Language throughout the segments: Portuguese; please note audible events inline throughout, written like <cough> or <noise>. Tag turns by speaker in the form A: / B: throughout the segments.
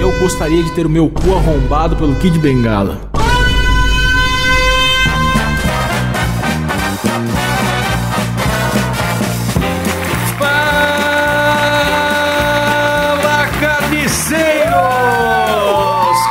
A: eu gostaria de ter o meu cu arrombado pelo Kid Bengala.
B: Fala, carniceiros!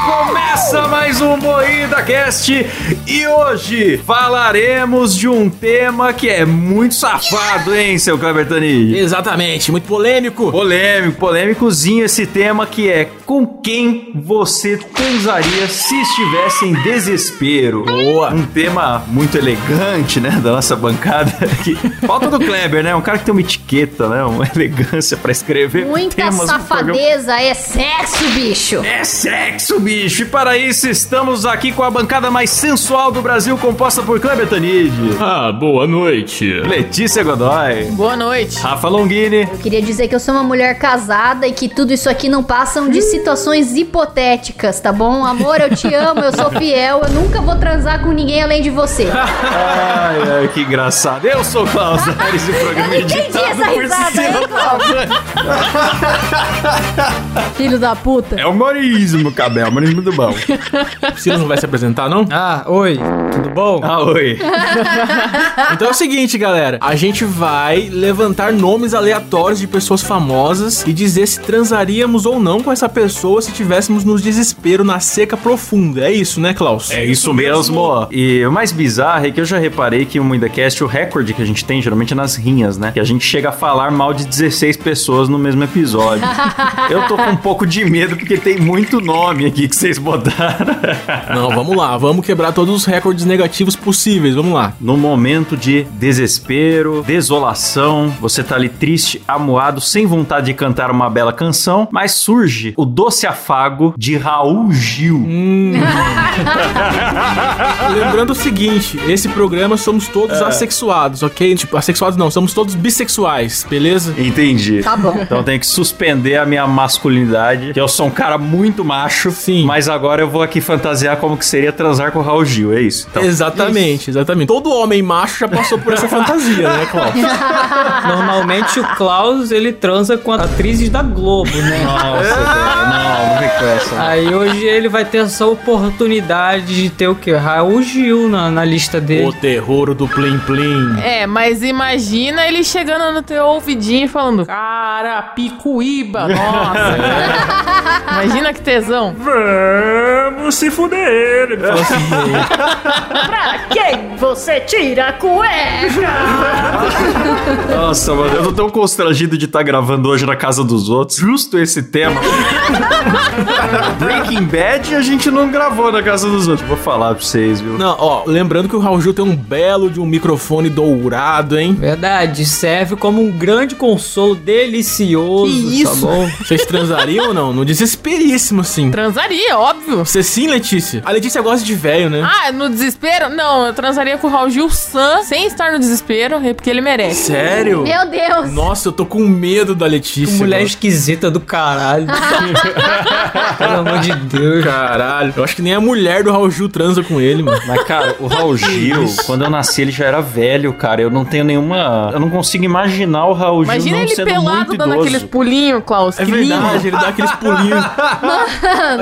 B: Começa mais um Moída Cast e hoje falaremos de um tema que é muito safado, hein, seu Kleber Tanid?
A: Exatamente, muito polêmico.
B: Polêmico, polêmicozinho esse tema que é com quem você transaria se estivesse em desespero.
A: Boa.
B: Um tema muito elegante, né, da nossa bancada. Que... Falta do Kleber, né? Um cara que tem uma etiqueta, né? Uma elegância pra escrever
C: Muita
A: um
B: temas no programa.
C: safadeza, é sexo, bicho.
B: É sexo, bicho! E para isso, estamos aqui com a bancada mais sensual do Brasil, composta por Kleber Tanid,
D: Ah, boa noite.
B: Letícia Godoy,
E: Boa noite.
B: Rafa Longini,
C: Eu queria dizer que eu sou uma mulher casada e que tudo isso aqui não passam de situações hipotéticas, tá bom? Amor, eu te amo, eu sou fiel, eu nunca vou transar com ninguém além de você.
B: Ai, ai, que engraçado. Eu sou o Klaus Aires e o programa
C: Eu entendi
B: editado
C: essa
B: por
C: risada,
B: Cecília
C: hein,
B: Pavan.
E: Filho da puta.
B: É humorismo, cabelo, humorismo do bom.
A: O Silas não vai se apresentar, não?
E: Ah, oi. Tudo bom?
B: Ah, oi.
A: Então é o seguinte, galera. A gente vai levantar nomes aleatórios de pessoas famosas e dizer se transaríamos ou não com essa pessoa se tivéssemos nos desespero na seca profunda. É isso, né, Klaus?
B: É isso mesmo. E o mais bizarro é que eu já reparei que o MuidaCast, o recorde que a gente tem, geralmente é nas rinhas, né? Que a gente chega a falar mal de 16 pessoas no mesmo
C: <laughs>
B: episódio. eu tô com um pouco de medo porque tem muito nome aqui que vocês botaram.
A: Não, vamos lá. Vamos quebrar todos os recordes negativos possíveis. Vamos lá.
B: No momento de desespero, desolação, você tá ali triste, amuado, sem vontade de cantar uma bela canção, mas surge o doce afago de Raul Gil.
C: Hum.
A: Lembrando o seguinte, esse programa somos todos
B: É.
A: assexuados, ok? Tipo, assexuados não, somos todos bissexuais, beleza?
B: Entendi.
C: Tá bom.
B: Então eu tenho que suspender a minha masculinidade, que eu sou um cara muito macho,
A: Sim.
B: mas agora eu vou aqui fantasiar como que seria transar com o Raul Gil, é isso? Então,
A: exatamente, exatamente. Todo homem macho já passou por essa fantasia, né, Klaus?
B: <laughs>
F: Normalmente o Klaus ele transa com atrizes da Globo, né?
B: Nossa, velho, não, não vem com essa.
F: Aí hoje ele vai ter essa oportunidade de ter o quê? Raul Gil na, na lista
A: o
F: dele.
A: terror do Plim Plim.
E: É, mas imagina ele chegando no teu ouvidinho e falando: Cara, picuíba, <laughs> nossa. cara." imagina que tesão.
D: Vamos se fuder. Ele falou assim,
C: <laughs> Quem você tira a cueca?
B: Nossa, mano, eu tô tão constrangido de estar gravando hoje na casa dos outros. Justo esse <laughs> tema. Breaking Bad a gente não gravou na casa dos outros. Vou falar pra vocês, viu?
A: Não, ó, lembrando que o Raul Gil tem um belo de um microfone dourado, hein?
F: Verdade, serve como um grande consolo delicioso,
E: Que
F: tá
E: isso?
F: bom?
A: Vocês transariam ou não? No desesperíssimo, assim.
E: Transaria, óbvio.
A: Você sim, Letícia? A Letícia gosta de velho, né?
E: Ah, no desespero? Não, eu transaria com o Raul Gil San sem estar no desespero, é porque ele merece.
A: Sério?
C: Meu Deus.
A: Nossa, eu tô com medo da Letícia.
F: Mulher
A: mano.
F: esquisita do
A: <laughs>
F: caralho. Pelo amor de Deus.
A: Caralho, eu acho que nem a mulher do Raul Gil transa com ele, mano.
B: Mas, cara, o Raul Gil, quando eu nasci, ele já era velho, cara. Eu não tenho nenhuma. Eu não consigo imaginar o Raul Gil
E: Imagina
B: não
E: ele
B: sendo muito
E: pelado dando
B: idoso.
E: aqueles pulinhos, Klaus.
A: É
E: que
A: verdade,
E: lindo.
A: ele dá aqueles pulinhos.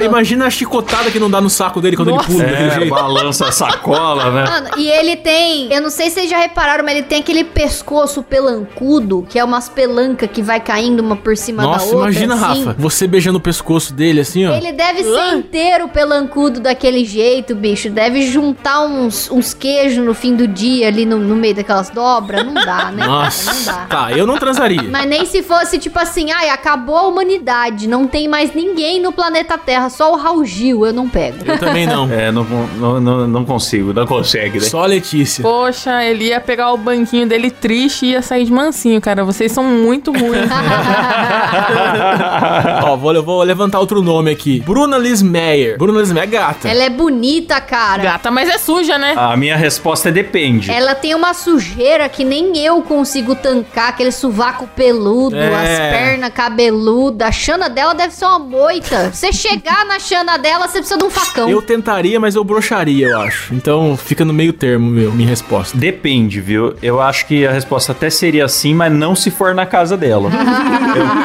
A: Imagina a chicotada que não dá no saco dele quando
E: Nossa.
A: ele pula daquele
B: É,
A: jeito.
B: balança a sacola,
E: <laughs>
B: né?
C: Mano, e ele tem, eu não sei se vocês já repararam, mas ele tem aquele pescoço pelancudo, que é umas pelancas que vai caindo uma por cima da
A: Nossa,
C: outra.
A: imagina,
C: assim.
A: Rafa, você beijando o pescoço dele assim, ó.
C: Ele deve ser inteiro pelancudo daquele jeito, bicho. Deve juntar uns, uns queijos no fim do dia ali no, no meio daquelas dobras. Não dá, né?
A: Nossa.
C: Não dá.
A: Tá, eu não transaria.
C: Mas nem se fosse tipo assim, ai, acabou a humanidade, não tem mais ninguém no planeta Terra, só o Raul Gil, eu não pego. <laughs>
A: Eu também não.
B: É, não, não, não, não consigo, não consegue, né?
A: Só a Letícia.
E: Poxa, ele ia pegar o banquinho dele triste e ia sair de mansinho, cara. Vocês são muito ruins. né? <laughs>
A: Ó, vou, eu vou levantar outro nome aqui. Bruna Liz Meyer. Bruna Liz Meyer é gata.
C: Ela é bonita, cara.
E: Gata, mas é suja, né?
B: <laughs> A minha resposta é depende.
C: Ela tem uma sujeira que nem eu consigo tancar, aquele sovaco peludo,
A: É.
C: as pernas cabeludas. A chana dela deve ser uma doida. Você chegar na chana dela, você precisa de um facão.
A: Eu tentaria, mas eu broxaria, eu acho. Então fica no meio termo, meu, minha resposta.
B: Depende, viu? Eu acho que a resposta até seria sim, mas não se for na casa dela.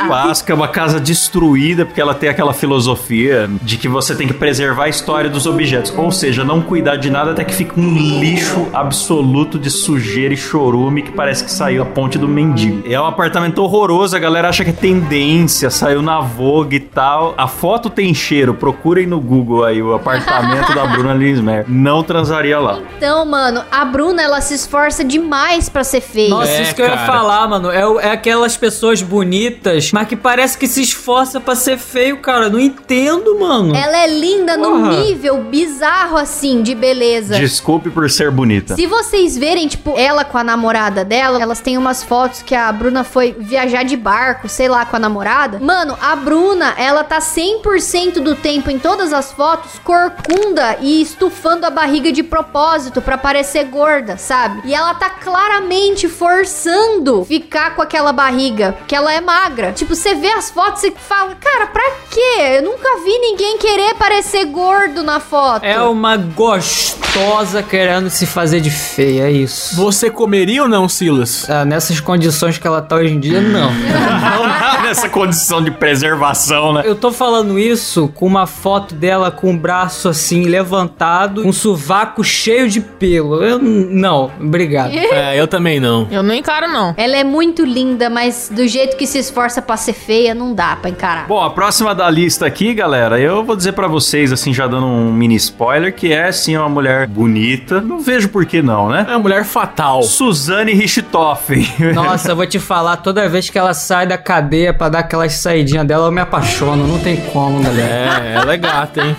B: Eu acho que é uma casa destruída, porque ela tem aquela filosofia de que você tem que preservar a história dos objetos. Ou seja, não cuidar de nada até que fique um lixo absoluto de sujeira e chorume que parece que saiu a ponte do mendigo. É um apartamento horroroso, a galera acha que é tendência, saiu na Vogue e tal. A foto tem cheiro, procurem no Google aí o apartamento da Bruna Linsmer. Não transaria lá.
C: Então, mano, a Bruna, ela se esforça demais pra ser feia.
F: Nossa,
A: É,
F: isso que eu ia
A: cara.
F: falar, mano. É, o- é aquelas pessoas bonitas, mas que parece que se esforça pra ser feio, cara. Não entendo, mano.
C: Ela é linda num
F: Porra.
C: nível bizarro, assim, de beleza.
B: Desculpe por ser
A: <laughs>
B: bonita.
C: Se vocês verem, tipo, ela com a namorada dela, elas têm umas fotos que a Bruna foi viajar de barco, sei lá, com a namorada. Mano, a Bruna, ela tá 100% do tempo em todas as fotos corcunda e estufando a barriga de propósito pra parecer gorda, sabe? E ela tá claramente forçando ficar com aquela barriga, porque ela é magra. Tipo, você vê as fotos e fala, cara, pra quê? Eu nunca vi ninguém querer parecer gordo na foto.
F: É uma gostosa querendo se fazer de feia, é isso.
A: Você comeria ou não,
C: <laughs>
A: Silas?
F: Ah, nessas condições que ela tá hoje em dia, <laughs> não.
B: Não nessa condição de preservação, né?
F: Eu tô falando isso com uma foto dela com o braço assim levantado, um sovaco cheio de pelo. Eu, não, obrigado. <laughs>
A: é, eu também não.
E: Eu não encaro, não.
C: Ela é muito linda, mas do jeito que se esforça pra ser feia, não dá pra encarar.
B: Bom, a próxima da lista aqui, galera, eu vou dizer pra vocês, assim, já dando um mini spoiler, que é, sim, uma mulher bonita. Não vejo por que não, né?
A: É uma mulher fatal. <laughs>
B: Suzane Richthofen.
F: Nossa, eu vou te falar, toda vez que ela sai da cadeia pra dar aquelas saidinhas dela, eu me apaixono, não tem como, galera.
A: É, ela é gata, hein?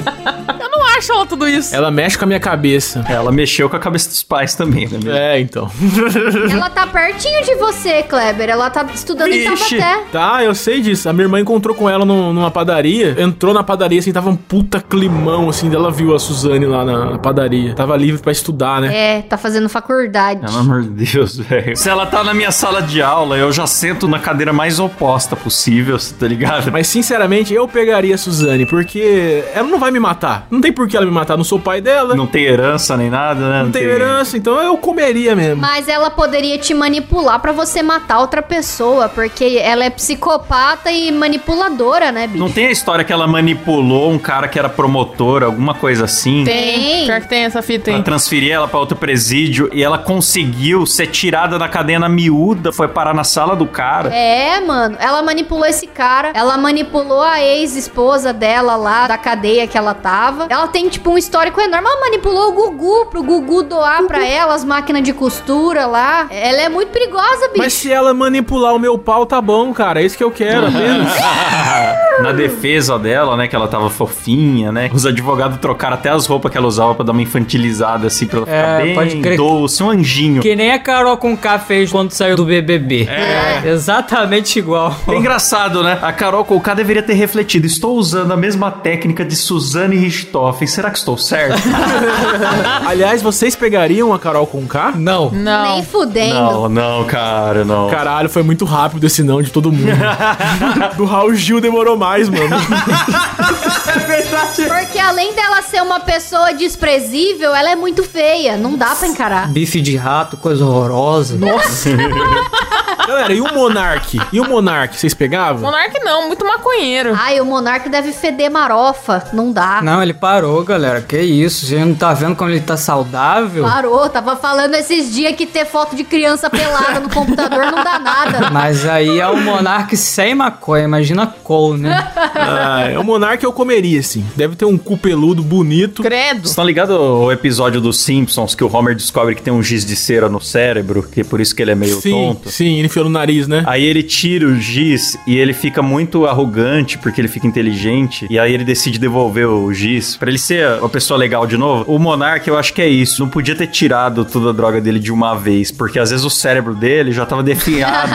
E: Eu não acho ela tudo isso.
A: Ela mexe com a minha cabeça.
B: Ela mexeu com a cabeça dos pais também, né?
A: É, então.
C: Ela tá pertinho de você, Kleber. Ela tá estudando em
B: Vixe.
C: Taubaté.
A: Tá, eu sei disso. A minha irmã encontrou com ela num- numa padaria. Entrou na padaria, assim, tava um puta climão, assim. Dela viu a Suzane lá na, na padaria. Tava livre pra estudar, né?
C: É, tá fazendo faculdade.
B: Pelo amor de Deus, velho. Se ela tá na minha sala de aula, eu já sento na cadeira mais oposta possível, cê tá ligado?
A: Mas, sinceramente, eu pegaria a Suzane, porque ela não vai me matar. Não tem por que ela me matar. Eu Não sou pai dela, não,
B: Não tem herança nem nada, né? Não,
A: tem herança, então eu comeria mesmo.
C: Mas ela poderia te manipular pra você matar outra pessoa, porque ela é psicopata e manipuladora, né, bicho?
B: Não tem a história que ela manipulou um cara que era promotor, alguma coisa assim.
C: Tem.
E: Pior que tem essa fita,
B: Pra
E: hein?
B: transferir ela pra outro presídio e ela conseguiu ser tirada da cadeia na miúda, foi parar na sala do cara.
C: É, mano. Ela manipulou esse cara. Ela manipulou a ex-esposa dela lá, da cadeia que ela tava. Ela tem, tipo, um histórico enorme. Ela manipulou o Gugu pro Gugu doar pra ela as máquinas de costura lá. Ela é muito perigosa, bicho.
A: Mas se ela manipular o meu pau, tá bom, cara. É isso que eu quero, apenas. <laughs>
B: Na defesa dela, né, que ela tava fofinha, né? Os advogados trocaram até as roupas que ela usava pra dar uma infantilizada assim, pra ela ficar
F: É,
B: bem
F: pode crer.
B: doce, um anjinho.
F: Que nem a Carol Conká fez quando saiu do BBB. É. Exatamente igual.
B: É engraçado, né? A Carol Colcá deveria ter refletido. Estou usando a mesma técnica de Suzane Richthofen. Será que estou certo?
A: Aliás, vocês pegariam a Carol com K?
F: Não.
E: Não.
C: Nem fudendo.
B: não, não, cara, não.
A: Caralho, foi muito rápido esse não de todo <laughs> mundo. Do Raul Gil demorou mais, mano.
C: Porque além dela ser uma pessoa desprezível, ela é muito feia. Não dá pra encarar.
F: Bife de rato, coisa horrorosa. Nossa.
A: Galera, e o Monark? E o Monark, vocês pegavam?
E: Monarque não, muito maconheiro.
C: Ai, o monarca deve feder marofa. Não dá.
F: Não, ele parou, galera. Que isso? Você não tá vendo como ele tá saudável?
C: Parou, tava falando esses dias que ter foto de criança pelada no computador não dá
F: <laughs>
C: nada.
F: Mas aí é o Monark sem maconha. Imagina Cole, né?
A: Ah, é o Monark eu comeria, sim. Deve ter um cu peludo bonito.
E: Credo.
B: Vocês estão ligados ao episódio dos Simpsons que o Homer descobre que tem um giz de cera no cérebro, que é por isso que ele é meio
A: sim,
B: tonto?
A: sim, ele enfiou no nariz, né?
B: Aí ele tira o giz e ele fica muito arrogante porque ele fica inteligente. E aí ele decide devolver o giz pra ele ser uma pessoa legal de novo. O Monark, eu acho que é isso. Não podia ter tirado toda a droga dele de uma vez, porque às vezes o cérebro dele já tava definhado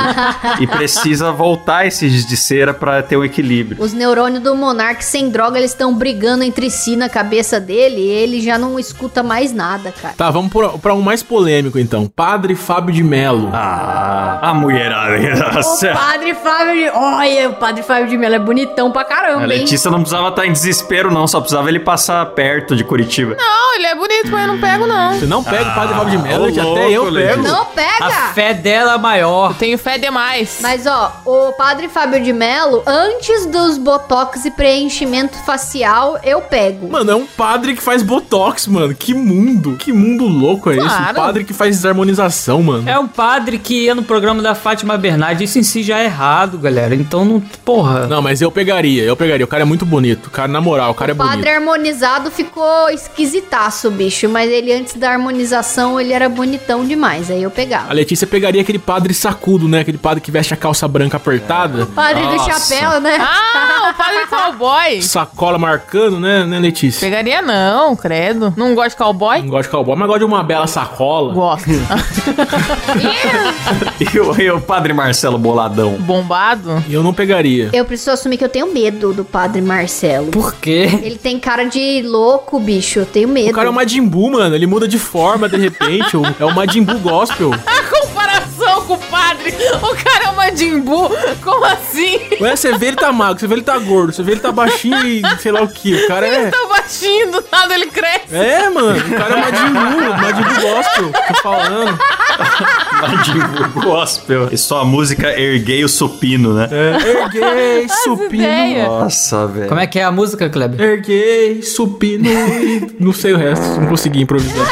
B: e precisa voltar esse giz de cera pra ter um equilíbrio. equilíbrio.
C: Os neurônios do Monark sem droga, eles estão brigando entre si na cabeça dele e ele já não escuta mais nada, cara.
A: Tá, vamos pra- pra um mais polêmico então. Padre Fábio de Melo.
B: Ah, a mulherada. <laughs>
C: O
B: Nossa.
C: padre Fábio de... Olha, o padre Fábio de Mello é bonitão pra
B: A
A: é
C: caramba, hein?
B: Letícia não precisava estar em desespero, não. Só precisava ele passar perto de Curitiba.
E: Não, ele é bonito, mas eu não pego, não.
A: Você não pega o Padre Fábio de Melo,
B: Ah, ô
A: que até
B: louco,
A: eu
B: Letícia.
A: pego.
C: Não pega!
F: A fé dela é maior.
E: Tenho fé demais.
C: Mas ó, o padre Fábio de Mello, antes dos botox e preenchimento facial, eu pego.
A: Mano, é um padre que faz botox, mano. Que mundo. Que mundo louco é esse? Um
E: Claro.
A: padre que faz desarmonização, mano.
F: É um padre que ia no programa da Fátima Bernardes. Isso em si já é errado, galera. Então não. Porra.
A: Não, mas eu pegaria, eu pegaria. O cara é muito bonito. O cara, na moral, o cara é
C: o padre
A: bonito.
C: harmonizado ficou esquisitaço, bicho. Mas ele, antes da harmonização, ele era bonitão demais. Aí eu
A: A
C: pegava.
A: Letícia pegaria aquele padre sacudo, né? Aquele padre que veste a calça branca apertada.
C: Padre do
A: Nossa.
C: chapéu, né?
E: Ah, o padre cowboy.
A: Sacola marcando, né, né, Letícia?
E: Pegaria não, credo. Não gosta de cowboy? Ah,
A: Não gosta de cowboy, mas gosta de uma bela sacola.
E: Gosto.
B: E o, e o padre Marcelo Boladão. <laughs>
E: Bombado.
A: E eu não pegaria.
C: Eu preciso assumir que eu tenho medo do padre Marcelo.
F: Por quê?
C: Ele tem cara de louco, bicho. Eu tenho medo.
A: O cara é o Majin Buu, mano. Ele muda de forma de repente. o- é o Majin Buu Gospel.
E: A comparação com o padre. O cara é uma Jimbu. Como assim?
A: Ué, você vê ele tá magro, você vê ele tá gordo, você vê ele tá baixinho e sei lá o que. O cara
E: Ele
A: é.
E: tá baixinho, do nada ele cresce.
A: É, mano. O cara é o Majin Buu, o Majin Buu Gospel. Tô falando.
B: Divo gospel. E só a música Erguei o Supino, né?
A: É, erguei, supino.
E: ideia.
B: Nossa, velho.
F: Como é que é a música, Kleber?
A: Erguei, supino e. Não sei o resto, não consegui improvisar.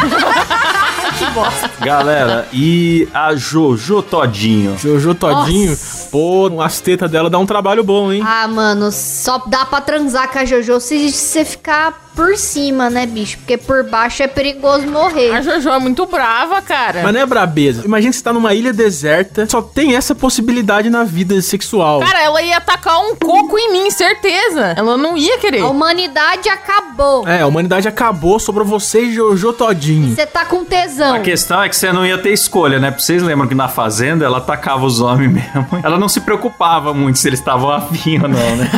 B: Galera, e a Jojo Todinho?
A: Jojo Todinho, pô, as tetas dela dá um trabalho bom, hein?
C: Ah, mano, só dá pra transar com a Jojo se você ficar por cima, né, bicho? Porque por baixo é perigoso morrer.
E: A Jojo é muito brava, cara.
A: Mas não é brabeza. Imagina que você tá numa ilha deserta, só tem essa possibilidade na vida sexual.
E: Cara, ela ia atacar um coco em mim, certeza. Ela não ia querer.
C: A humanidade acabou.
A: É, a humanidade acabou, sobrou você e Jojo Todinho.
C: Você tá com tesão.
B: A questão é que você não ia ter escolha, né? Porque Vocês lembram que na Fazenda ela atacava os homens <laughs> mesmo. Ela não se preocupava muito se eles estavam afim ou não, né?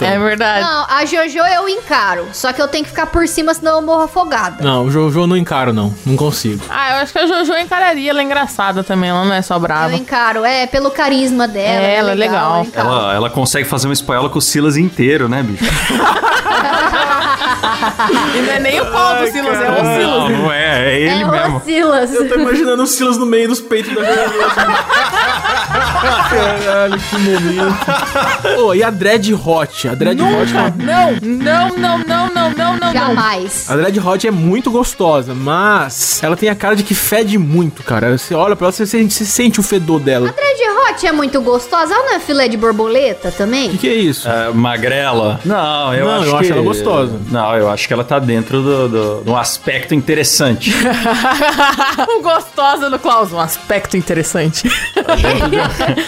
E: É verdade.
C: Não, a Jojo eu encaro. Só que eu tenho que ficar por cima, senão eu morro afogada.
A: Não, o Jojo eu não encaro, não. Não consigo.
E: Ah, eu acho que a Jojo encararia. Ela é engraçada também. Ela não é só
C: Eu
E: brava.
C: encaro, é, pelo carisma dela.
E: É, ela é legal.
C: eu encaro.
B: Ela, ela consegue fazer uma espanhola com o Silas inteiro, né, bicho?
E: E não é nem o pau do Silas, é o
B: Não,
E: Silas.
B: não é, é ele
C: é
B: mesmo.
C: o Silas.
A: Tô imaginando o Silas no meio dos peitos da Jojo. Caralho, que momento. Ô, e a Dread Hot? A Dread Hot é uma
E: Não, não, não, não, não, não, não, <laughs> não.
C: Jamais.
A: A Dread Hot é muito gostosa, mas ela tem a cara de que fede muito, cara. Você olha pra ela, você sente, você sente o fedor dela.
C: Dread Hot é muito gostosa. Ela não é filé de borboleta
A: O que,
C: também?
A: que é isso?
B: É, magrela? Não, eu
A: Não,
B: acho
A: eu
B: que...
A: acho ela gostosa.
B: Não, eu acho que ela tá dentro do, do, de um aspecto <laughs> interessante.
E: Um gostosa do Klaus, um aspecto interessante.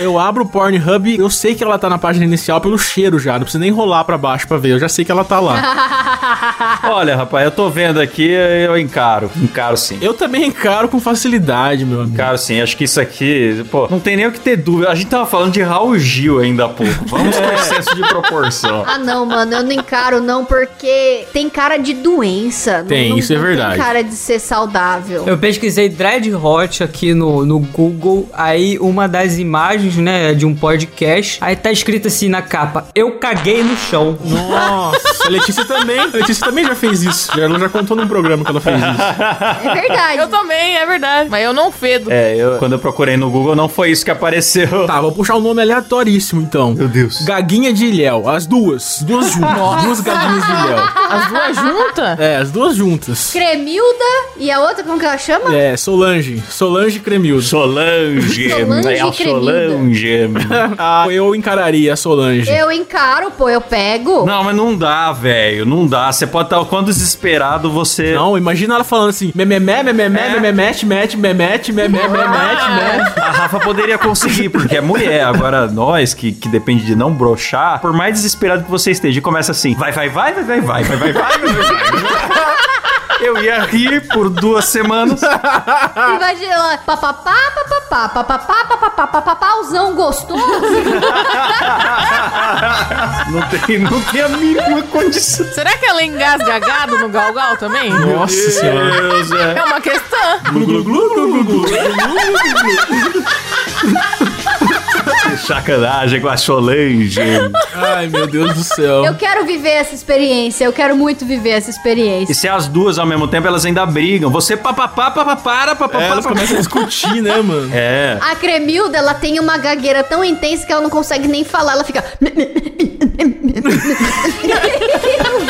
A: Eu abro o Pornhub, eu sei que ela tá na página inicial pelo cheiro já. Não precisa nem rolar pra baixo pra ver, eu já sei que ela tá lá.
B: Olha, rapaz, eu tô vendo aqui, eu encaro. Encaro sim.
A: Eu também encaro com facilidade, meu amigo.
B: Cara, sim, acho que isso aqui, pô, não tem nem o que ter dúvida. A gente tava falando de Raul Gil ainda há pouco. <laughs> Vamos pro excesso de proporção.
C: Ah, não, mano, eu não encaro não porque tem cara de doença. Não-
A: Tem,
C: não-
A: isso é
C: não
A: verdade.
C: Tem cara de ser saudável.
F: Eu pesquisei Dread Hot aqui no, no Google, aí uma das imagens, né, é de um podcast, aí tá escrito assim na capa, eu caguei no chão.
A: Nossa, a Letícia também. A Letícia também já fez isso. Já- Ela já contou num programa que ela fez isso.
C: É verdade.
E: Eu também, é verdade. Mas eu não fedo.
B: É, eu, quando eu procurei no Google, não foi isso que apareceu.
A: Tá, vou puxar um nome aleatoríssimo então. Meu
B: Deus.
A: Gaguinha de Ilhéu. As duas. Duas juntas. duas gaguinhas de Ilhéu.
E: As duas juntas?
A: É, as duas juntas.
C: Cremilda e a outra, como que ela chama?
A: É, Solange. Solange Cremildo.
B: Solange,
C: Solange
B: é a Solange.
A: <laughs> Ah, eu encararia a Solange.
C: Eu encaro, pô, eu pego.
B: Não, mas não dá, velho. Não dá. Você pode estar o quão desesperado você.
A: Não, imagina ela falando assim: mememé, mememé, mememete, mete, memete, memé, memete, mete.
B: A Rafa poderia conseguir, porque é mulher. Agora, nós, que, que depende de não brochar, por mais desesperado que você esteja, começa assim: vai, vai, vai, vai, vai, vai, vai, vai, vai, vai, vai, vai. Eu ia rir por duas semanas.
C: Imagina lá, papapá, papapá, papapá, papapá, papapá,
A: <laughs>
C: pauzão gostoso.
B: Não tem, não tem a mínima condição.
E: Será que ela engasga gado no galgal também?
A: Nossa senhora.
B: Deus, é.
E: É uma questão.
B: Sacanagem com a Solange.
A: Ai, meu Deus do céu.
C: Eu quero viver essa experiência, eu quero muito viver essa
B: E
C: experiência.
B: se as duas ao mesmo tempo, elas ainda brigam. Você papapá, papapara,
A: É,
B: papapá.
A: elas começam a discutir, né, mano?
B: É.
C: A Cremilda, ela tem uma gagueira tão intensa que ela não consegue nem falar, ela fica... Ela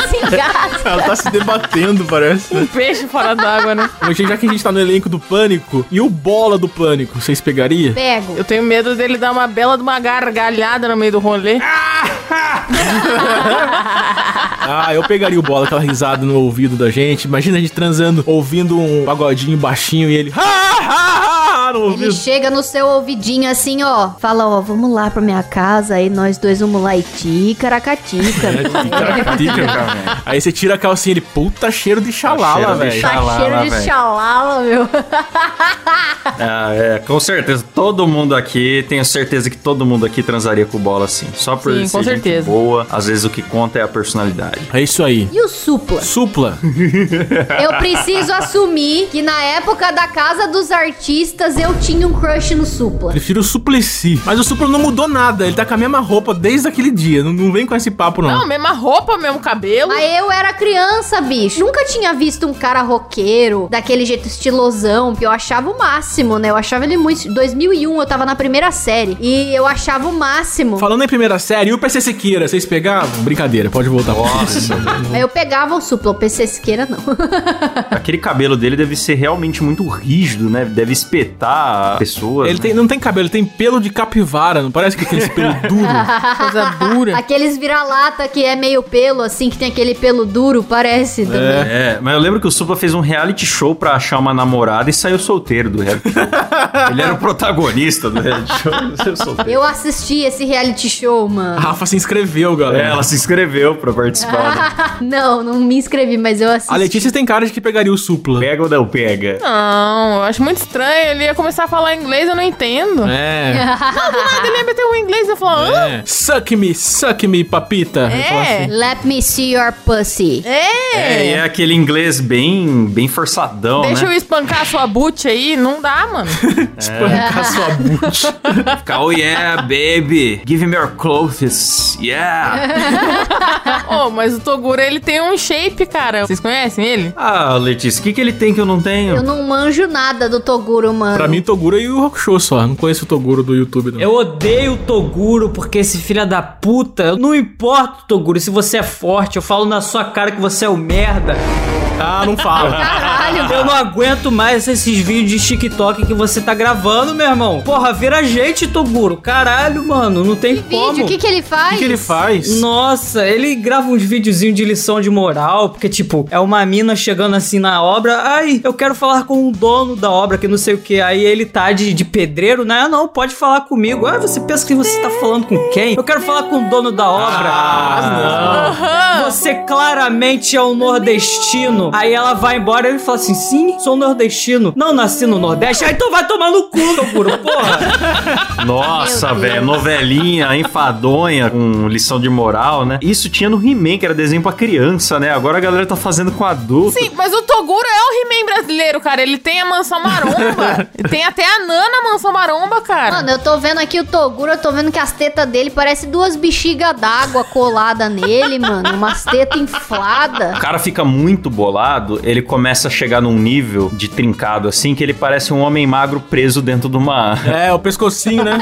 C: se engasga.
A: Ela tá se debatendo, parece. né?
E: Um peixe fora d'água, né?
A: Mas, gente, já que a gente tá no elenco do pânico, e o bola do pânico, vocês pegariam?
C: Pego.
E: Eu tenho medo dele dar uma bela de uma gargalhada no meio do rolê.
A: Ah, eu pegaria o bola, aquela risada no ouvido da gente. Imagina a gente transando, ouvindo um pagodinho baixinho e ele. Ha, ha, ha, no
C: Ele
A: ouvido.
C: chega no seu ouvidinho assim, ó. Fala, ó, vamos lá pra minha casa, aí nós dois vamos lá e ticaracatica.
A: Aí você tira a calcinha ele, puta cheiro de xalala,
B: Cheiro de
A: velho.
B: xa-
C: Tá
B: Xalala,
C: cheiro de
B: velho.
C: xalala, meu.
B: Ah, é, com certeza. Todo mundo aqui, tenho certeza que todo mundo aqui transaria com bola assim. Só por
E: Sim,
B: ser
E: com
B: gente
E: certeza.
B: boa. Às vezes o que conta é a
E: <laughs>
B: personalidade.
A: É isso aí.
C: E o supla?
A: Supla.
C: Eu preciso assumir que na época da Casa dos Artistas eu tinha um crush no supla.
A: Prefiro o Suplicy. Mas o Supla não mudou nada. Ele tá com a mesma roupa desde aquele dia. Não, não vem com esse papo, não.
E: Não, mesma roupa, mesmo cabelo.
C: Mas eu era criança, bicho. Nunca tinha visto um cara roqueiro, daquele jeito estilosão, que eu achava o máximo, né? Eu achava ele muito. 2001, eu tava na primeira série. E eu achava o máximo.
A: Falando em primeira série, e o PC Siqueira, vocês pegavam? Brincadeira, pode voltar. Nossa.
C: Aí eu pegava o supla, o PC Siqueira não.
B: Aquele cabelo dele deve ser realmente muito rígido, né? Deve espetar a pessoa.
A: Ele
B: né?
A: tem, não tem cabelo, ele tem pelo de capivara. Não parece que tem esse <laughs> pelo duro.
E: Coisa
A: <laughs>
C: <laughs>
E: dura.
C: Aqueles vira-lata que é meio pelo, assim, que tem aquele pelo duro, parece também.
B: É, mas eu lembro que o Supla fez um reality show pra achar uma namorada e saiu solteiro do reality show. Ele era o protagonista do reality show. saiu solteiro.
C: Eu assisti esse reality show,
A: A
C: mano. <laughs>
A: Rafa se inscreveu,
B: É,
A: galera.
B: ela se inscreveu pra participar. né?
C: Não, não me inscrevi, mas eu assisti.
A: A Letícia tem cara de que pegaria o <laughs> Supla.
B: Pega ou não pega?
E: Não, eu acho muito estranho. Ele ia começar a falar inglês, eu não entendo.
A: É.
E: Não, do nada ele ia meter o inglês e ia falar. "Hã?"
A: é. Suck me, suck me, papita. assim, Eu falo
E: É.
C: Let me see your pussy.
B: É, e
E: É.
B: é aquele inglês bem, bem forçadão,
E: Deixa eu
B: né?
E: espancar sua boot aí. Não dá,
B: <laughs>
E: mano.
A: Espancar
E: <laughs>
A: sua bucha.
B: Fica, oh yeah, baby, give me your clothes, yeah.
E: oh, mas o Toguro, ele tem um shape, cara. Vocês conhecem ele?
B: ah, Letícia, o que, que ele tem que eu não tenho?
C: Eu não manjo nada do Toguro, mano.
A: É. pra mim, Toguro e o Rokusho só. Não conheço o Toguro do YouTube, não.
F: Eu odeio o Toguro porque esse filho da puta. Não importa, Toguro, se você é forte, eu falo na sua cara que você é o merda.
A: Ah, não <laughs> fala.
C: Caralho,
F: Eu não aguento mais esses vídeos de TikTok que você tá gravando, meu irmão. Porra, vira gente, Toguro. Caralho, mano, não tem
C: que
F: como.
C: vídeo, o que, que ele
A: O
C: faz?
A: que, que ele faz?
F: Nossa, ele grava uns videozinhos de lição de moral, porque, tipo, é uma mina chegando assim na obra, ai, eu quero falar com o dono da obra, que não sei o que, aí ele tá de, de pedreiro, né? Ah, não, pode falar comigo. Ah, você pensa que você tá falando com quem? Eu quero falar com o dono da obra.
A: Ah,
F: Você claramente é um nordestino. Aí ela vai embora e ele fala assim: sim, sou nordestino. Não nasci no Nordeste. Ah, então vai tomar no cu, Toguro, porra.
B: Nossa,
C: Meu Deus.
B: velho, novelinha enfadonha com lição de moral, né? Isso tinha no He-Man, que era desenho pra criança, né? Agora a galera tá fazendo com adulto.
E: Sim, mas o Toguro é o He-Man brasileiro, cara. Ele tem a mansão
B: <laughs>
E: maromba. E tem até a Nana mansão maromba, cara.
C: Mano, eu tô vendo aqui o Toguro, eu tô vendo que as tetas dele parecem duas bexigas d'água colada nele, <laughs> mano. Umas tetas infladas.
B: O cara fica muito bolado, ele começa a chegar num nível de trincado assim que ele parece um homem magro preso dentro de uma.
A: É, o pescocinho, né?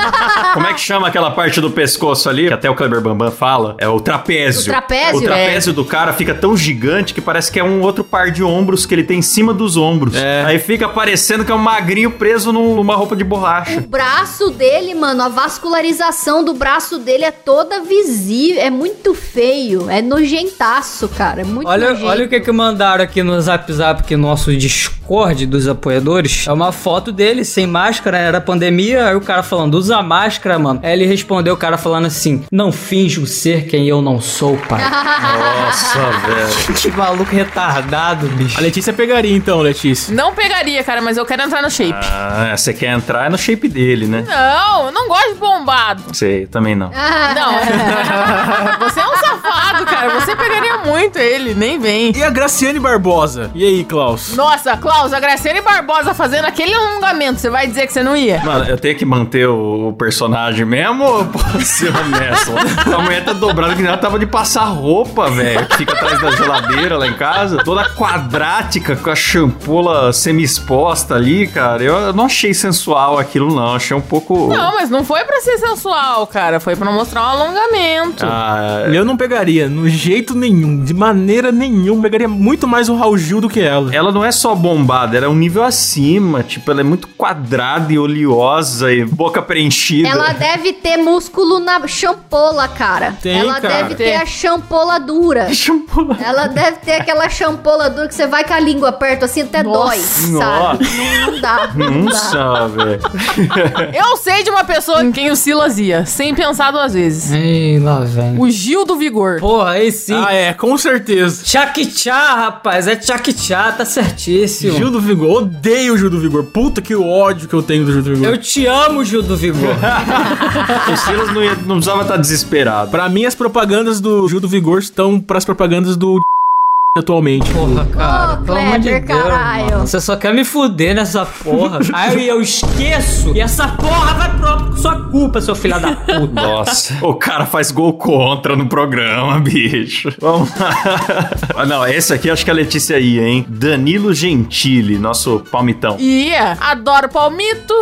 B: Como é que chama aquela parte do pescoço ali? Que até o Kleber Bambam fala. É o trapézio.
C: O trapézio? é.
B: O trapézio do cara fica tão gigante que parece que é um outro par de ombros que ele tem em cima dos ombros.
A: É.
B: Aí fica parecendo que é um magrinho preso num- numa roupa de borracha.
C: O braço dele, mano, a vascularização do braço dele é toda visível. É muito feio. É nojentaço, cara. É muito
F: olha, é
C: nojento.
F: olha o que que mandaram aqui no Zap Zap, que nosso disco. Discord dos apoiadores, é uma foto dele sem máscara, era pandemia, aí o cara falando, usa máscara, mano. Aí ele respondeu o cara falando assim, não finjo ser quem eu não sou,
C: <laughs>
F: pai.
B: Nossa, velho.
F: que maluco retardado, bicho.
A: A Letícia pegaria então, Letícia.
E: Não pegaria, cara, mas eu quero entrar no shape.
B: Ah, você quer entrar no shape dele, né?
E: Não, eu não gosto de bombado.
B: Sei, também não.
E: Não. Você é um safado, cara. Você pegaria muito ele, nem vem.
A: E a Graciane Barbosa? E aí, Klaus?
E: Nossa, Klaus, a Graciane Barbosa fazendo aquele alongamento, você vai dizer que você não ia?
B: Mano, eu tenho que manter o o personagem mesmo ou eu posso ser honesto? A mulher tá dobrada que ela tava de passar roupa, velho. que Fica atrás da geladeira lá em casa, toda quadrática, com a champola semi-exposta ali, cara. Eu eu não achei sensual aquilo, não. Achei um pouco.
E: Não, mas não foi pra ser sensual, cara. Foi pra mostrar um alongamento.
B: Ah,
A: Eu não pegaria, no jeito nenhum, de maneira nenhuma. Pegaria muito mais o Raul Gil do que ela.
B: Ela não é só bombada, ela é um nível acima. Tipo, ela é muito quadrada e oleosa e boca preenchida.
C: Ela deve ter músculo na champola, cara.
A: Tem,
C: ela
A: cara.
C: deve ter
E: Tem.
C: a champola dura.
B: Champola.
C: Ela deve ter aquela champola dura que você vai com a língua perto assim até dói, sabe? Não, não dá. Não
B: <laughs>
C: dá.
B: Nossa, velho.
E: Eu sei de uma pessoa em quem o Silas ia, sem pensar duas vezes.
F: Ei, lá vem.
E: O Gil do Vigor.
F: Porra, aí sim.
A: Ah, é, com certeza.
F: Tchá, rapaz, é tchá, tá certíssimo.
A: Gil do Vigor, odeio o Gil do Vigor. Puta que ódio que eu tenho do Gil do Vigor.
F: Eu te amo, Gil do Vigor.
B: O Silas não, ia- não precisava estar desesperado.
A: Pra mim, as propagandas do Gil do Vigor estão pras propagandas do <laughs> atualmente.
F: Porra, cara,
C: Ô,
F: pelo amor de
C: Kleber,
F: Deus,
C: caralho.
F: mano. Você só quer me fuder nessa porra. <laughs> Aí eu esqueço e essa porra vai pro sua culpa, seu filho da puta.
B: Nossa. O cara faz gol contra no programa, bicho. Vamos lá. Ah, Não, esse aqui eu acho que a Letícia ia, hein? Danilo Gentili, nosso palmitão.
E: Ia. Adoro palmito.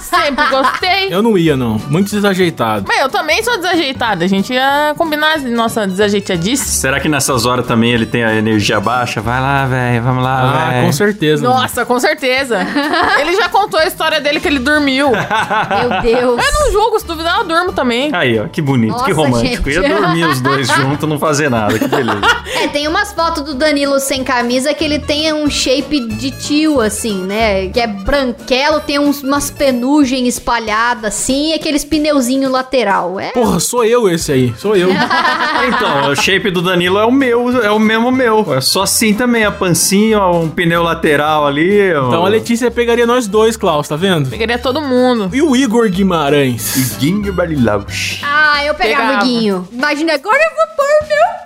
E: Sempre gostei.
A: Eu não ia, não. Muito desajeitado.
E: Mas eu também sou desajeitada. A gente ia combinar as- nossa desajeitadice.
B: Será que nessas horas também ele tem a energia baixa? Vai lá, velho, vamos lá,
A: Ah,
B: velho.
A: com certeza.
E: Nossa, com certeza. Ele já contou a história dele que ele dormiu.
C: Meu Deus.
E: Eu não julgo, se duvidar, eu durmo também.
B: Aí, ó, que bonito, que
C: Nossa,
B: romântico.
C: gente.
B: Ia dormir os dois juntos, não fazer nada, que beleza.
C: É, tem umas fotos do Danilo sem camisa que ele tem um shape de tio, assim, né? Que é branquelo, tem uns, umas penugem espalhadas, assim, e aqueles pneuzinho lateral. É.
A: Porra, sou eu esse aí. Sou eu.
B: Então, o shape do Danilo é o meu, é o mesmo meu. É só assim também, a pancinha, ó, um pneu lateral ali. ó.
A: Então a Letícia pegaria nós dois, Klaus, tá vendo?
E: Pegaria todo mundo.
A: E o Igor Guimarães?
B: Iguinho Barilaus.
C: Ah, eu pegava,
E: Pegava.
C: amiguinho. Imagina, agora eu vou pôr meu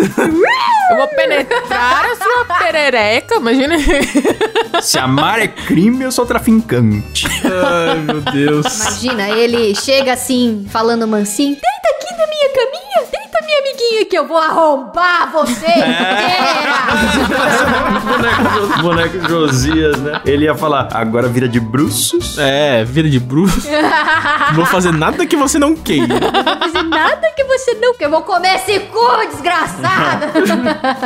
E: Eu vou penetrar a sua perereca, imagina.
B: Se amar é crime, eu sou traficante.
A: Ai, meu Deus.
C: Imagina, ele chega assim, falando mansinho. Deita aqui na minha caminha, deita minha amiguinha que eu vou arrombar você inteira.
B: <laughs> boneco, boneco Josias, né? Ele ia falar, agora vira de bruços.
A: É, vida de bruxo. Não vou fazer nada que você não queira.
C: Não vou fazer nada que você não... Eu vou comer esse cu, desgraçada.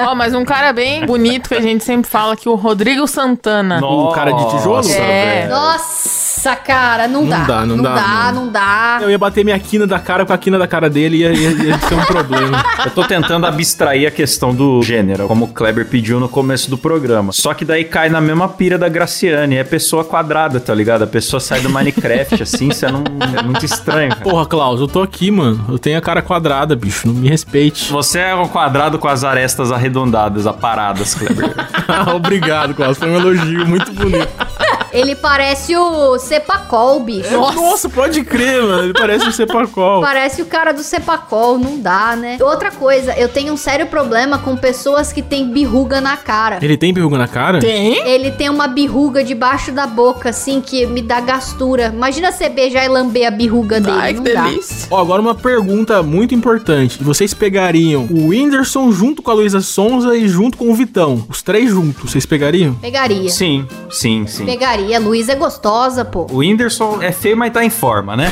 E: Ó, mas um cara bem bonito que a gente sempre fala que o Rodrigo Santana.
B: um
A: O cara de tijolo?
B: Nossa,
E: É.
B: velho.
C: Nossa, cara, não, dá.
A: dá, não dá, não.
C: não dá.
A: Eu ia bater minha quina da cara com a quina da cara dele e ia, ia, ia ser um problema.
B: Eu tô tentando abstrair a questão do gênero, como o Kleber pediu no começo do programa. Só que daí cai na mesma pira da Graciane. É pessoa quadrada, tá ligado? A pessoa sai do <laughs> Minecraft, assim, isso é, num- é muito estranho. cara.
A: Porra, Klaus, eu tô aqui, mano. Eu tenho a cara quadrada, bicho. Não me respeite.
B: Você é um quadrado com as arestas arredondadas, aparadas, Kleber.
A: <laughs>
B: <laughs>
A: Obrigado, Klaus. Foi um elogio muito bonito.
C: Ele parece o Cepacol, bicho.
A: Nossa, pode crer, mano. Ele parece um Sepacol.
C: Parece o cara do Cepacol, não dá, né? Outra coisa, eu tenho um sério problema com pessoas que têm birruga na cara.
A: Ele tem verruga na cara?
E: Tem?
C: Ele tem uma birruga debaixo da boca, assim, que me dá gastura. Imagina você beijar e lamber a birruga dele.
E: Ai, que
C: não
E: delícia.
A: Ó, agora uma pergunta muito importante. Vocês pegariam o Whindersson junto com a Luísa Sonza e junto com o Vitão? Os três juntos, vocês pegariam?
C: Dá. Pegaria.
B: Sim, sim, sim.
C: Pegaria. putaria. Luísa é gostosa, pô.
B: O Whindersson é feio, mas tá em forma,
C: <laughs>
B: né?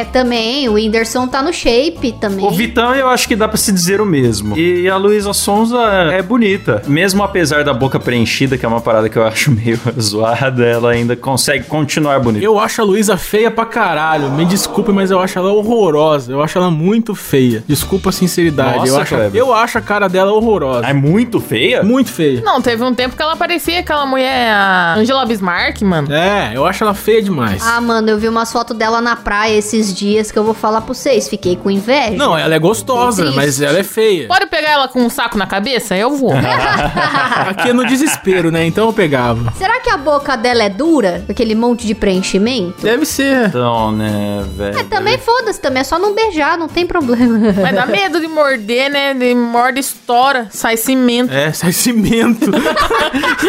C: É, também. O Whindersson tá no shape também.
B: O Vitão, eu acho que dá pra se dizer o mesmo. E a Luísa Sonza é bonita. Mesmo apesar da boca preenchida, que é uma parada que eu <laughs> acho meio zoada, ela ainda consegue continuar bonita.
A: Eu acho a Luísa feia pra caralho. Me desculpe, mas eu acho ela horrorosa. Eu acho ela muito feia. Desculpa a sinceridade.
B: Nossa,
A: eu, acho,
B: Kleber.
A: eu acho a cara dela horrorosa.
B: É muito feia?
A: Muito feia.
E: Não, teve um tempo que ela parecia aquela mulher, a Angela Bismarck, mano.
A: É, eu acho ela feia demais.
C: Ah, mano, eu vi umas fotos dela na praia esses dias que eu vou falar pra vocês. Fiquei com inveja.
A: Não, ela é gostosa,
C: Triste.
A: mas ela é
C: <laughs>
A: feia.
E: Pode pegar ela com um saco na cabeça? Eu vou.
A: Aqui é no desespero, né? Então eu pegava.
C: Será que a boca dela é dura? Com Aquele monte de preenchimento?
A: Deve ser.
B: Então, né, velho?
C: É, também foda-se, também é só não beijar, não tem problema.
E: <laughs> Mas dá medo de morder, né? De morde, estoura, sai cimento.
A: É, sai cimento.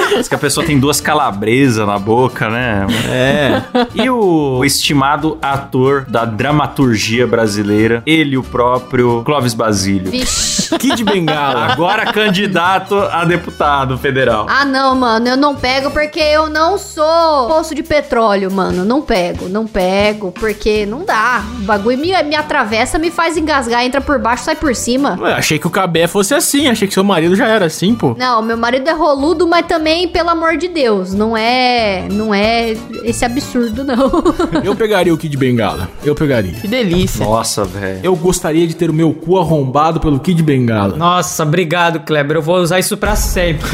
B: Parece que a pessoa tem duas calabresas na boca,
C: <laughs>
B: né?
A: é.
B: E o estimado ator da dramaturgia brasileira, ele o próprio Clóvis Basílio.
C: Vixe.
A: <laughs> Kid Bengala.
B: Agora candidato a deputado federal.
C: Ah, não, mano, eu não pego porque eu não sou poço de petróleo, mano. Não pego, não pego, porque não dá. O bagulho me, me atravessa, me faz engasgar, entra por baixo, sai por cima.
A: Ué, achei que o Cabé fosse assim. Achei que seu marido já era assim, pô.
C: Não, meu marido é roludo, mas também, pelo amor de Deus, não é. Não é esse absurdo, não. <laughs>
A: Eu pegaria o Kid Bengala. Eu pegaria.
E: Que delícia.
B: Nossa, velho.
A: Eu gostaria de ter o meu cu arrombado pelo Kid Bengala.
F: Nossa, obrigado, Kleber. Eu vou usar isso pra sempre.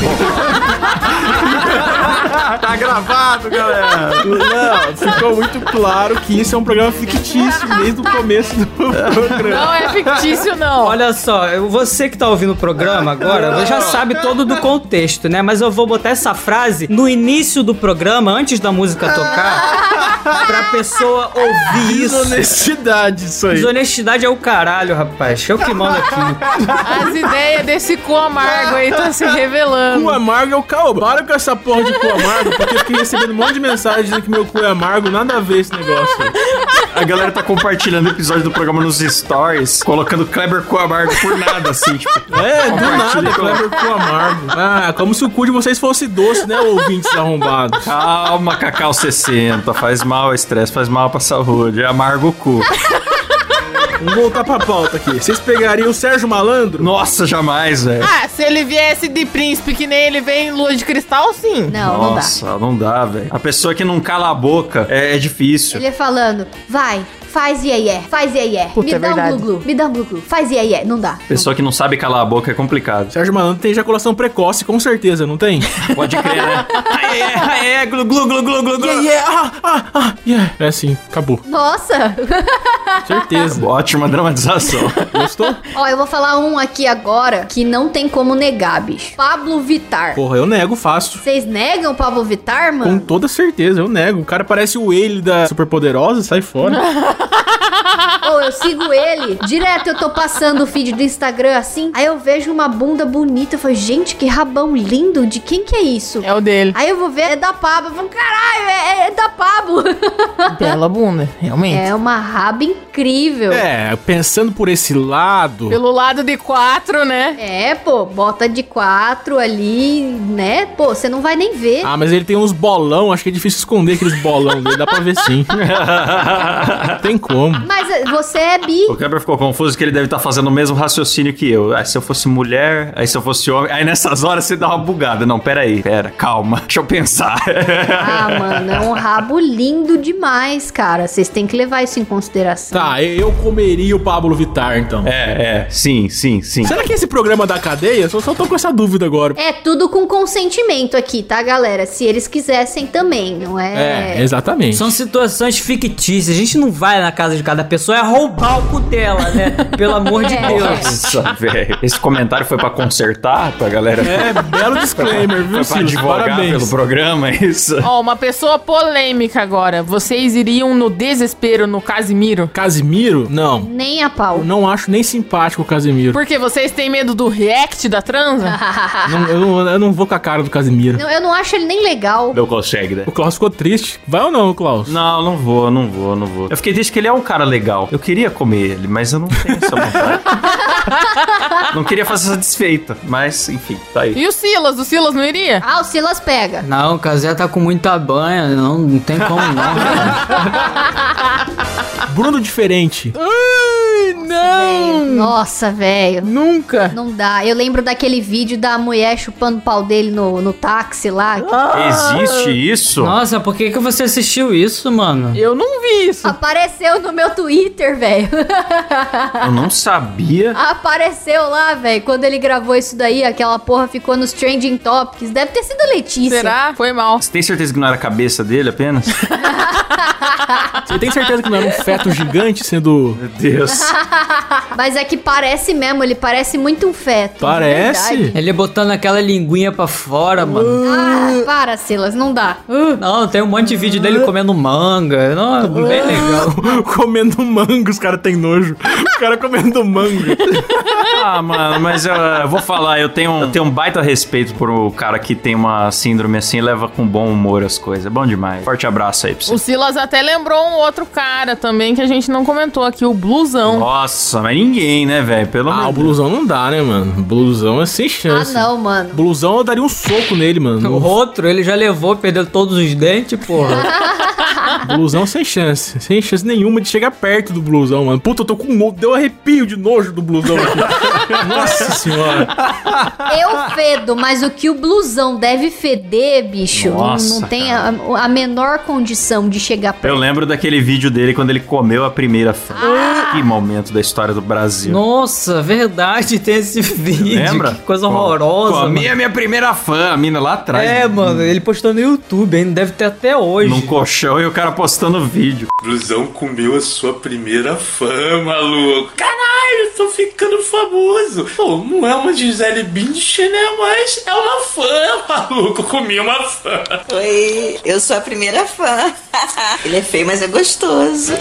B: tá gravado, galera.
A: Não, ficou muito claro que isso é um programa fictício desde o começo do <laughs> programa.
E: Não é fictício, não.
F: Olha só, eu- você que tá ouvindo o programa agora já sabe todo do contexto, né? Mas eu vou botar essa frase no início do programa, antes da música tocar, pra pessoa ouvir isso.
A: Desonestidade, é isso aí.
F: Desonestidade é o caralho, rapaz. Eu que mando aqui.
E: As ideias desse cu amargo aí tá se
A: Cu
E: revelando.
A: amargo é o caô. Para com essa porra de cu amargo, porque eu fiquei recebendo um monte de mensagem dizendo que meu cu é amargo. Nada a ver esse negócio. aí.
B: A galera tá compartilhando o episódio do programa nos stories, colocando Kleber Coamargo por nada, assim, tipo.
A: É, do
B: Compartilha
A: nada,
B: com-
A: Kleber cu amargo. Ah, como se o cu de vocês fosse doce, né, ouvintes arrombados.
B: Calma, Cacau 60. Faz mal ao estresse, faz mal pra saúde. é Amargo o cu.
A: Vamos voltar pra pauta aqui. Vocês pegariam o Sérgio Malandro?
B: Nossa, jamais, velho.
E: Ah, se ele viesse de príncipe que nem ele vem em lua de cristal, sim.
C: Não, não dá.
B: Nossa, não dá, velho. A pessoa que não cala a boca é, é difícil.
C: Ele é falando, vai, faz iê, faz iê,
E: Puta,
C: me
E: é
C: dá
E: verdade.
C: um glu-glu, me dá um glu-glu, faz iê, não dá.
B: Pessoa que não sabe calar a boca é complicado.
A: Sérgio Malandro tem ejaculação precoce, com certeza, não
B: <laughs>
A: tem?
B: Pode crer, né? Aê, aê, aê, glu, glu, glu, glu, glu, glu.
A: Yeah, yeah, ah, ah, ah, yeah. É assim, acabou.
C: Nossa! <laughs>
A: Certeza.
B: Ótima dramatização.
A: Gostou?
C: Ó, eu vou falar um aqui agora que não tem como negar, bicho. Pablo Vitar.
A: Porra, eu nego fácil.
C: Vocês negam o Pablo Vitar,
A: Com
C: mano?
A: toda certeza, eu nego. O cara parece o ele da Superpoderosa, sai fora.
C: Ou eu sigo ele. Direto eu tô passando o feed do Instagram assim. Aí eu vejo uma bunda bonita. Eu falo, gente, que rabão lindo. De quem que é isso?
E: É o dele.
C: Aí eu vou ver, é da Pablo. Eu falo, caralho, é, é- é da Pablo.
E: Bela bunda, realmente.
C: é uma raba incrível.
A: É, pensando por esse lado.
E: Pelo lado de quatro, né?
C: É, pô, bota de quatro ali, né? Pô, você não vai nem ver.
A: Ah, mas ele tem uns bolão, acho que é difícil esconder aqueles bolão dele, dá pra ver sim.
B: <laughs>
A: tem como.
C: Mas eh, você é
B: <laughs>
C: bi.
B: o Kleber ficou confuso que ele deve estar fazendo o mesmo raciocínio que eu. Aí se eu fosse mulher, aí se eu fosse homem. Aí nessas horas você dá uma bugada. Não, pera aí, pera, calma. Deixa eu pensar. <laughs>
C: Ah, mano, é um rabo lindo demais, cara. Vocês têm que levar isso em consideração.
A: Tá, eu comeria o Pablo Vittar, então.
B: é, é, sim, sim, sim.
A: Será que esse programa da cadeia? Só, só tô com essa dúvida agora.
C: É tudo com consentimento aqui, tá, galera? Se eles quisessem também, não
A: É,
C: é?
A: exatamente.
F: São situações fictícias. A gente não vai na casa de cada pessoa, é roubar o cu dela, né? Pelo amor de
C: É.
F: Deus.
B: Nossa, velho. Esse comentário foi pra consertar pra galera.
A: É, belo disclaimer, viu,
B: Foi pra
A: Silas?
B: advogar pelo
A: Parabéns.
B: programa, é isso?
E: Ó, uma pessoa polêmica agora. Vocês iriam no desespero no Casimiro?
A: Casimiro? Não.
C: Nem a pau.
A: Eu não acho nem simpático o Casimiro.
E: Porque vocês têm medo do react da
C: <laughs>
E: transa?
A: Não, eu, não, eu não vou com a cara do Casimiro.
C: Não, eu não acho ele nem legal.
B: Não consegue, né?
A: O Klaus ficou triste. Vai ou não, Klaus?
B: Não, não vou, não vou, não vou. Eu fiquei triste que ele é um cara legal. Eu queria comer ele, mas eu não tenho essa vontade. Não queria fazer essa desfeita, mas enfim, tá aí.
E: E o Silas? O Silas não iria?
C: Ah, o Silas pega.
F: Não, o Casé tá com muita banha, não, não tem como
B: <laughs>
F: não. cara.
A: Bruno diferente.
E: Ai, não!
C: Nossa, velho.
E: Nunca!
C: Não dá. Eu lembro daquele vídeo da mulher chupando o pau dele no, no táxi lá.
F: Ah.
B: Existe isso?
F: Nossa, por que, que você assistiu isso, mano?
E: Eu não vi isso.
C: Apareceu no meu Twitter, velho. <laughs>
B: Eu não sabia.
C: Apareceu lá, velho. Quando ele gravou isso daí, aquela porra ficou nos trending topics. Deve ter sido a Letícia.
E: Será? Foi mal.
B: Você tem certeza que não era a cabeça dele apenas?
A: Você tem certeza que não era um feto gigante sendo.
B: <laughs> Meu Deus.
C: Mas é que parece mesmo, ele parece muito um feto.
A: Parece?
C: de verdade.
F: Ele botando aquela linguinha pra fora, mano.
C: Ah, para, Silas, não dá.
F: Não, tem um monte de vídeo dele comendo manga. Não, é bem legal.
A: <laughs> comendo manga, os caras têm nojo. O cara comendo manga.
B: <laughs> Ah, mano, mas eu, eu vou falar, eu tenho, um- eu tenho um baita respeito pro cara que tem uma síndrome assim e leva com bom humor as coisas. É bom demais. Forte abraço aí pra você.
E: O Silas até lembrou um outro cara também que a gente não comentou aqui, o Blusão.
B: Nossa, mas ninguém, né, velho? Pelo
A: Ah, o
B: amor de
A: blusão não dá, né, mano? Blusão é sem
C: Ah,
A: chance.
C: não, mano.
A: Blusão eu daria um soco nele,
F: O
A: mano.
F: outro, ele já levou, perdeu todos os dentes, porra.
A: Blusão sem chance. Sem chance nenhuma de chegar perto do blusão, mano. Puta, eu tô com no... Deu arrepio de nojo do blusão <laughs> aqui. Nossa senhora.
C: Eu fedo, mas o que o blusão deve feder, bicho, não- não,
B: Nossa,
C: tem a, a menor condição de chegar perto.
B: Eu lembro daquele vídeo dele quando ele comeu a primeira fruta. Que momento da história do Brasil.
F: Ah. Nossa, verdade, tem esse vídeo.
B: Lembra?
F: Que coisa
B: Com-
F: horrorosa.
B: Comi
F: mano.
B: a minha primeira fã, a mina lá atrás.
F: É,
B: né?
F: mano, ele postou no YouTube, ainda deve ter até hoje.
B: Num colchão e o cara postando vídeo.
G: Blusão comeu a sua primeira fama, maluco. Caralho, tô ficando famoso. Pô, não é uma Gisele Bündchen, né? Mas é uma fã, maluco. Comi uma fã.
H: Oi, eu sou a primeira fã. <laughs> Ele é feio, mas é gostoso.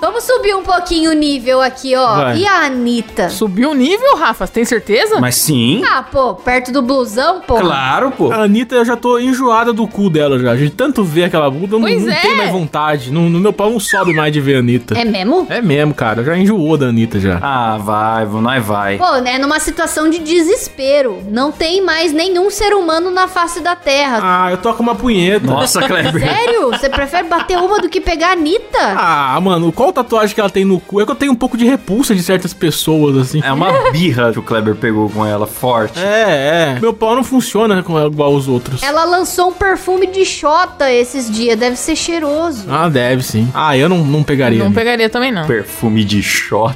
C: Vamos subir um pouquinho o nível aqui, ó.
A: Vai.
C: E a Anitta?
E: Subiu o nível, Rafa? Tem certeza?
B: Mas sim,
C: Ah, pô, perto do blusão, pô.
B: claro, pô.
A: A Anitta, eu já tô enjoada do cu dela já. A gente tanto vê aquela bunda, eu não,
E: Pois
A: não
E: é.
A: tem mais vontade. No, no meu pau não sobe mais de ver a Anitta.
C: É mesmo?
A: É mesmo, cara. Já enjoou da Anitta já.
B: Ah, vai, vô, nós vai.
C: Pô, é numa situação de desespero. Não tem mais nenhum ser humano na face da Terra.
A: Ah, eu toco uma punheta.
B: Nossa, Kleber.
C: Sério? Você prefere bater uma do que pegar a Anitta?
A: Ah, mano, qual tatuagem que ela tem no cu? É que eu tenho um pouco de repulsa de certas pessoas, assim.
B: É uma birra que o Kleber pegou com ela, forte.
A: É, é. Meu pau não funciona com ela igual os outros.
C: Ela lançou um perfume de Xota esses dias. Deve ser cheiroso.
A: Ah, deve sim. Ah, eu não, não pegaria.
E: Não
A: amigo.
E: pegaria também, não.
B: Perfume de shot.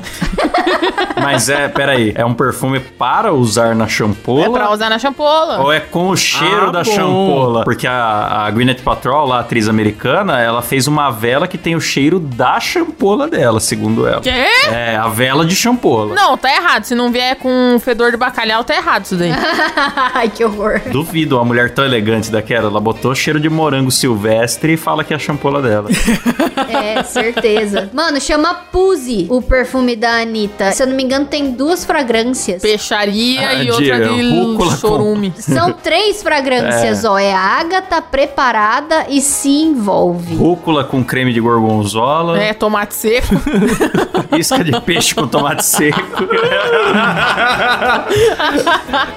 B: Mas é, peraí, é um perfume para usar na champola?
E: É pra usar na champola.
B: Ou é com o cheiro
A: Ah,
B: da
A: bom.
B: champola? Porque a, a Gwyneth Paltrow, lá, a atriz americana, ela fez uma vela que tem o cheiro da champola dela, segundo ela.
E: Quê?
B: É, a vela de champola.
E: Não, tá errado. Se não vier com um fedor de bacalhau, tá errado isso daí.
C: <laughs> Ai, que horror.
B: Duvido uma mulher tão elegante daquela. Ela botou cheiro de morango silvestre e fala que é a champola dela.
C: É, certeza. Mano, chama Puzi o perfume da Anitta. Se eu não me engano, tem duas fragrâncias.
E: Peixaria
B: Ah,
E: e
B: de
E: outra de
B: rúcula
C: <laughs>
E: chorume.
C: São três fragrâncias, ó. <laughs> É a ágata preparada e se envolve.
B: Rúcula com creme de gorgonzola,
E: É, tomate seco.
B: isca de peixe com tomate seco.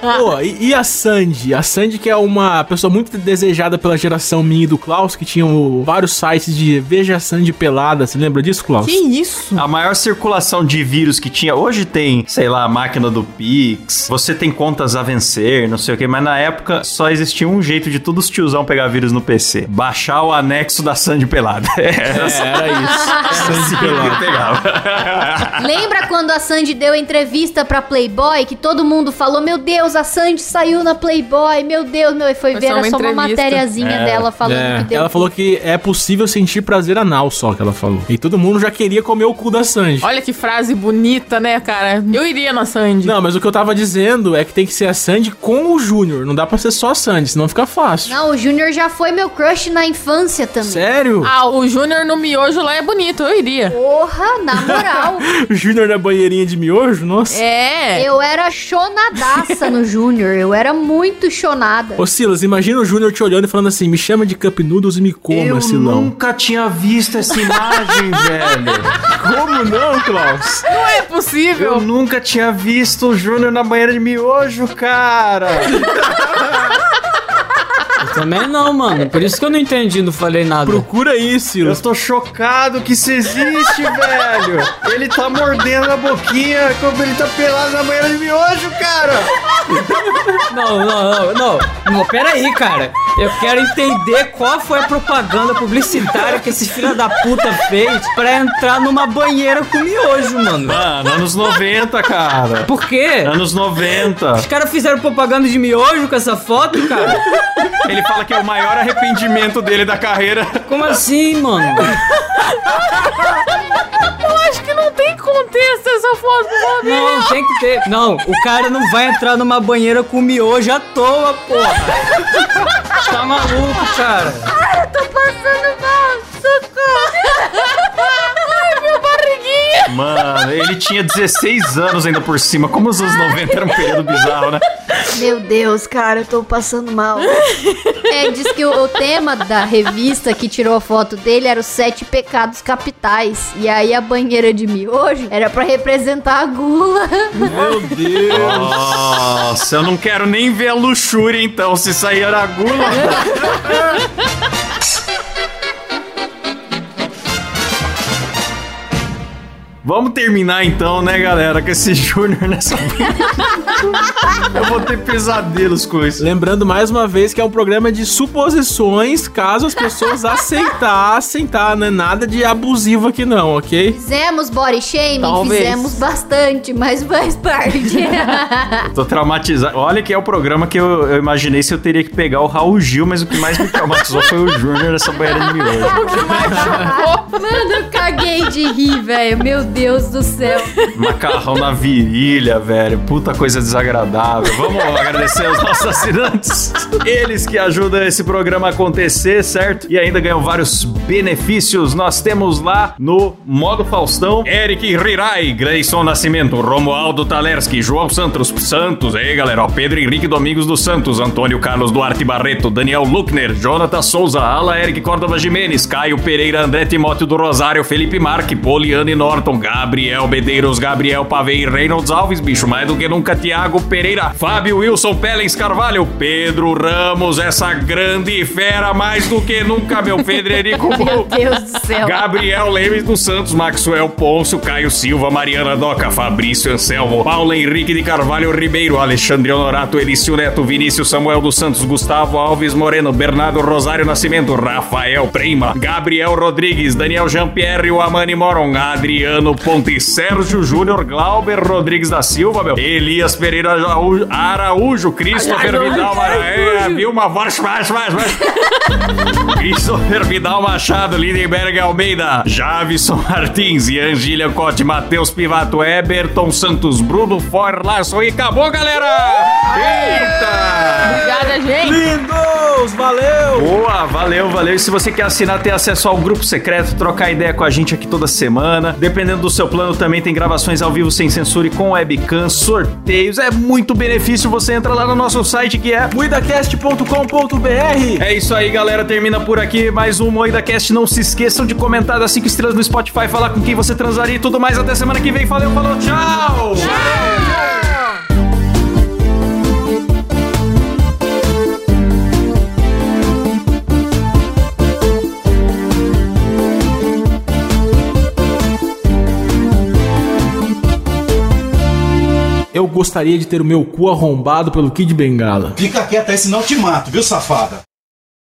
A: Pô, e, e a Sandy? A Sandy que é uma pessoa muito desejada pela geração minha e do Klaus, que tinham vários sites de Veja a Sandy pelada. Você lembra disso, Klaus?
E: que isso?
B: A maior circulação de vírus que tinha. Hoje tem, sei lá, a máquina do Pix. Você tem contas a vencer, não sei o que. Mas na época só existia um jeito de todos os tiozão pegar vírus no PC: baixar o anexo da Sandy Pelada. <laughs> Era
A: É, era
C: <laughs>
A: isso. Sandy
B: assim
A: pelada.
B: que pegava.
C: Lembra quando a Sandy deu entrevista pra Playboy? Que todo mundo falou: Meu Deus, a Sandy saiu na Playboy. Meu Deus, meu. E foi,
E: Foi
C: ver,
E: só
C: era
E: uma
C: só uma
E: entrevista.
C: matériazinha dela falando
A: É,
C: que deu.
A: Ela falou que é possível sentir prazer anal só, que ela falou. E todo mundo já queria comer o cu da Sandy.
E: Olha que frase bonita, né, cara? Eu iria na Sandy.
A: Não, mas o que eu tava dizendo é que tem que ser a Sandy com o Júnior. Não dá pra ser só a Sandy, senão fica fácil.
C: Não, o Júnior já foi meu crush na infância também.
A: Sério?
E: Ah, o Júnior no miojo lá é bonito, eu iria.
C: Porra, na
A: <laughs>
C: moral.
A: <laughs> O Júnior na banheirinha de miojo? Nossa.
E: É.
C: Eu era chonadaça no Júnior. Eu era muito chonada.
A: Ô Silas, imagina o Júnior te olhando e falando assim: me chama de Cup Noodles e me coma,
B: Eu
A: Silão.
B: nunca tinha visto essa imagem, <laughs> velho.
A: Como não, Klaus?
E: Não é possível.
B: Eu nunca tinha visto o Júnior na banheira de miojo, cara.
F: Eu também não, mano. Por isso que eu não entendi, não falei nada.
A: Procura aí,
B: Eu
A: Silas.
B: tô chocado que isso existe, velho. Ele tá mordendo a boquinha como ele tá pelado na banheira de miojo, cara.
F: Não, não, não, não. não Pera aí, cara. Eu quero entender qual foi a propaganda publicitária que esse filho da puta fez pra entrar numa banheira com miojo, mano.
B: Mano, anos 90, cara.
F: Por quê?
B: Anos 90.
F: Os caras fizeram propaganda de miojo com essa foto, cara?
B: Ele fala que é o maior arrependimento dele da carreira.
F: Como assim, mano?
E: Eu acho que não tem contexto essa foto do Bob.
F: Não, tem que ter. Não, o cara não vai entrar numa banheira com miojo à toa, porra. Tá maluco, cara.
E: tá <laughs>
B: Mano, ele tinha 16 anos ainda por cima. Como os anos 90 era um período bizarro, né?
C: Meu Deus, cara, eu tô passando mal. <laughs> É, diz que o, o tema da revista que tirou a foto dele era os sete pecados capitais. E aí a banheira de miojo era pra representar a gula. <laughs>
A: Meu Deus.
B: Nossa, eu não quero nem ver a luxúria então, se sair era gula. Vamos terminar então, né, galera, com esse <laughs> Júnior nessa. eu vou ter pesadelos com isso.
A: Lembrando mais uma vez que é um programa de suposições, caso as pessoas aceitassem, tá? Não é nada de abusivo aqui não, ok?
C: Fizemos body shaming,
F: Talvez.
C: fizemos bastante, mas faz parte. <laughs>
B: Tô traumatizado. Olha que é o programa que eu, eu imaginei se eu teria que pegar o Raul Gil, mas o que mais me traumatizou foi o Júnior nessa banheira de miojo.
C: Mano, eu caguei de rir, velho. Meu Deus do céu.
B: Macarrão na virilha, velho. Puta coisa desagradável. Vamos agradecer aos nossos assinantes. Eles que ajudam esse programa a acontecer, certo? E ainda ganham vários benefícios. Nós temos lá no Modo Faustão, Eric Rirai, Grayson Nascimento, Romualdo Talerski, João Santos, Santos, ei galera, ó, Pedro Henrique Domingos dos Santos, Antônio Carlos Duarte Barreto, Daniel Luckner, Jonathan Souza, Ala Eric Córdova Jimenez, Caio Pereira, André Timóteo do Rosário, Felipe Marque, Poliane Norton, Gabriel Bedeiros, Gabriel Pavei, Reynolds Alves, bicho, mais do que nunca, Tiago Pereira, Fábio Wilson Pellens Carvalho, Pedro Ramos, essa grande fera, mais do que nunca, meu Federico.
C: Meu Deus do céu.
B: Gabriel Lemes dos Santos, Maxwell Pôncio, Caio Silva, Mariana Doca, Fabrício Anselmo, Paulo Henrique de Carvalho Ribeiro, Alexandre Honorato, Elício Neto, Vinícius Samuel dos Santos, Gustavo Alves Moreno, Bernardo Rosário Nascimento, Rafael Prima, Gabriel Rodrigues, Daniel Jean-Pierre, o Amani Moron, Adriano Ponte, Sérgio Júnior, Glauber Rodrigues da Silva, meu, Elias Pereira Jaú- Araújo, Christopher Vidal, Maraé, Vilma, mais, mais, mais, <laughs> mais. Christopher Vidal Machado, Lindenberg Almeida, Javison Martins, Angília Cote, Matheus Pivato, Eberton Santos, Bruno Forlaço e acabou, galera! Eita!
E: Obrigada, gente.
A: Lindos, valeu!
B: Boa, valeu, valeu. E se você quer assinar, ter acesso ao grupo secreto, trocar ideia com a gente aqui toda semana. Dependendo do seu plano, também tem gravações ao vivo sem censura e com webcam, sorteios. É muito benefício. Você entra lá no nosso site que é
A: Cuidacast.com.br
B: É isso aí, galera. Termina por aqui mais um Moída Cast. Não se esqueçam de comentar das 5 estrelas no Spotify, falar com quem você transaria e tudo mais. Até semana que vem. Valeu, falou, tchau!
A: Eu gostaria de ter o meu cu arrombado pelo Kid Bengala.
I: Fica quieta aí, senão eu te mato, viu, safada?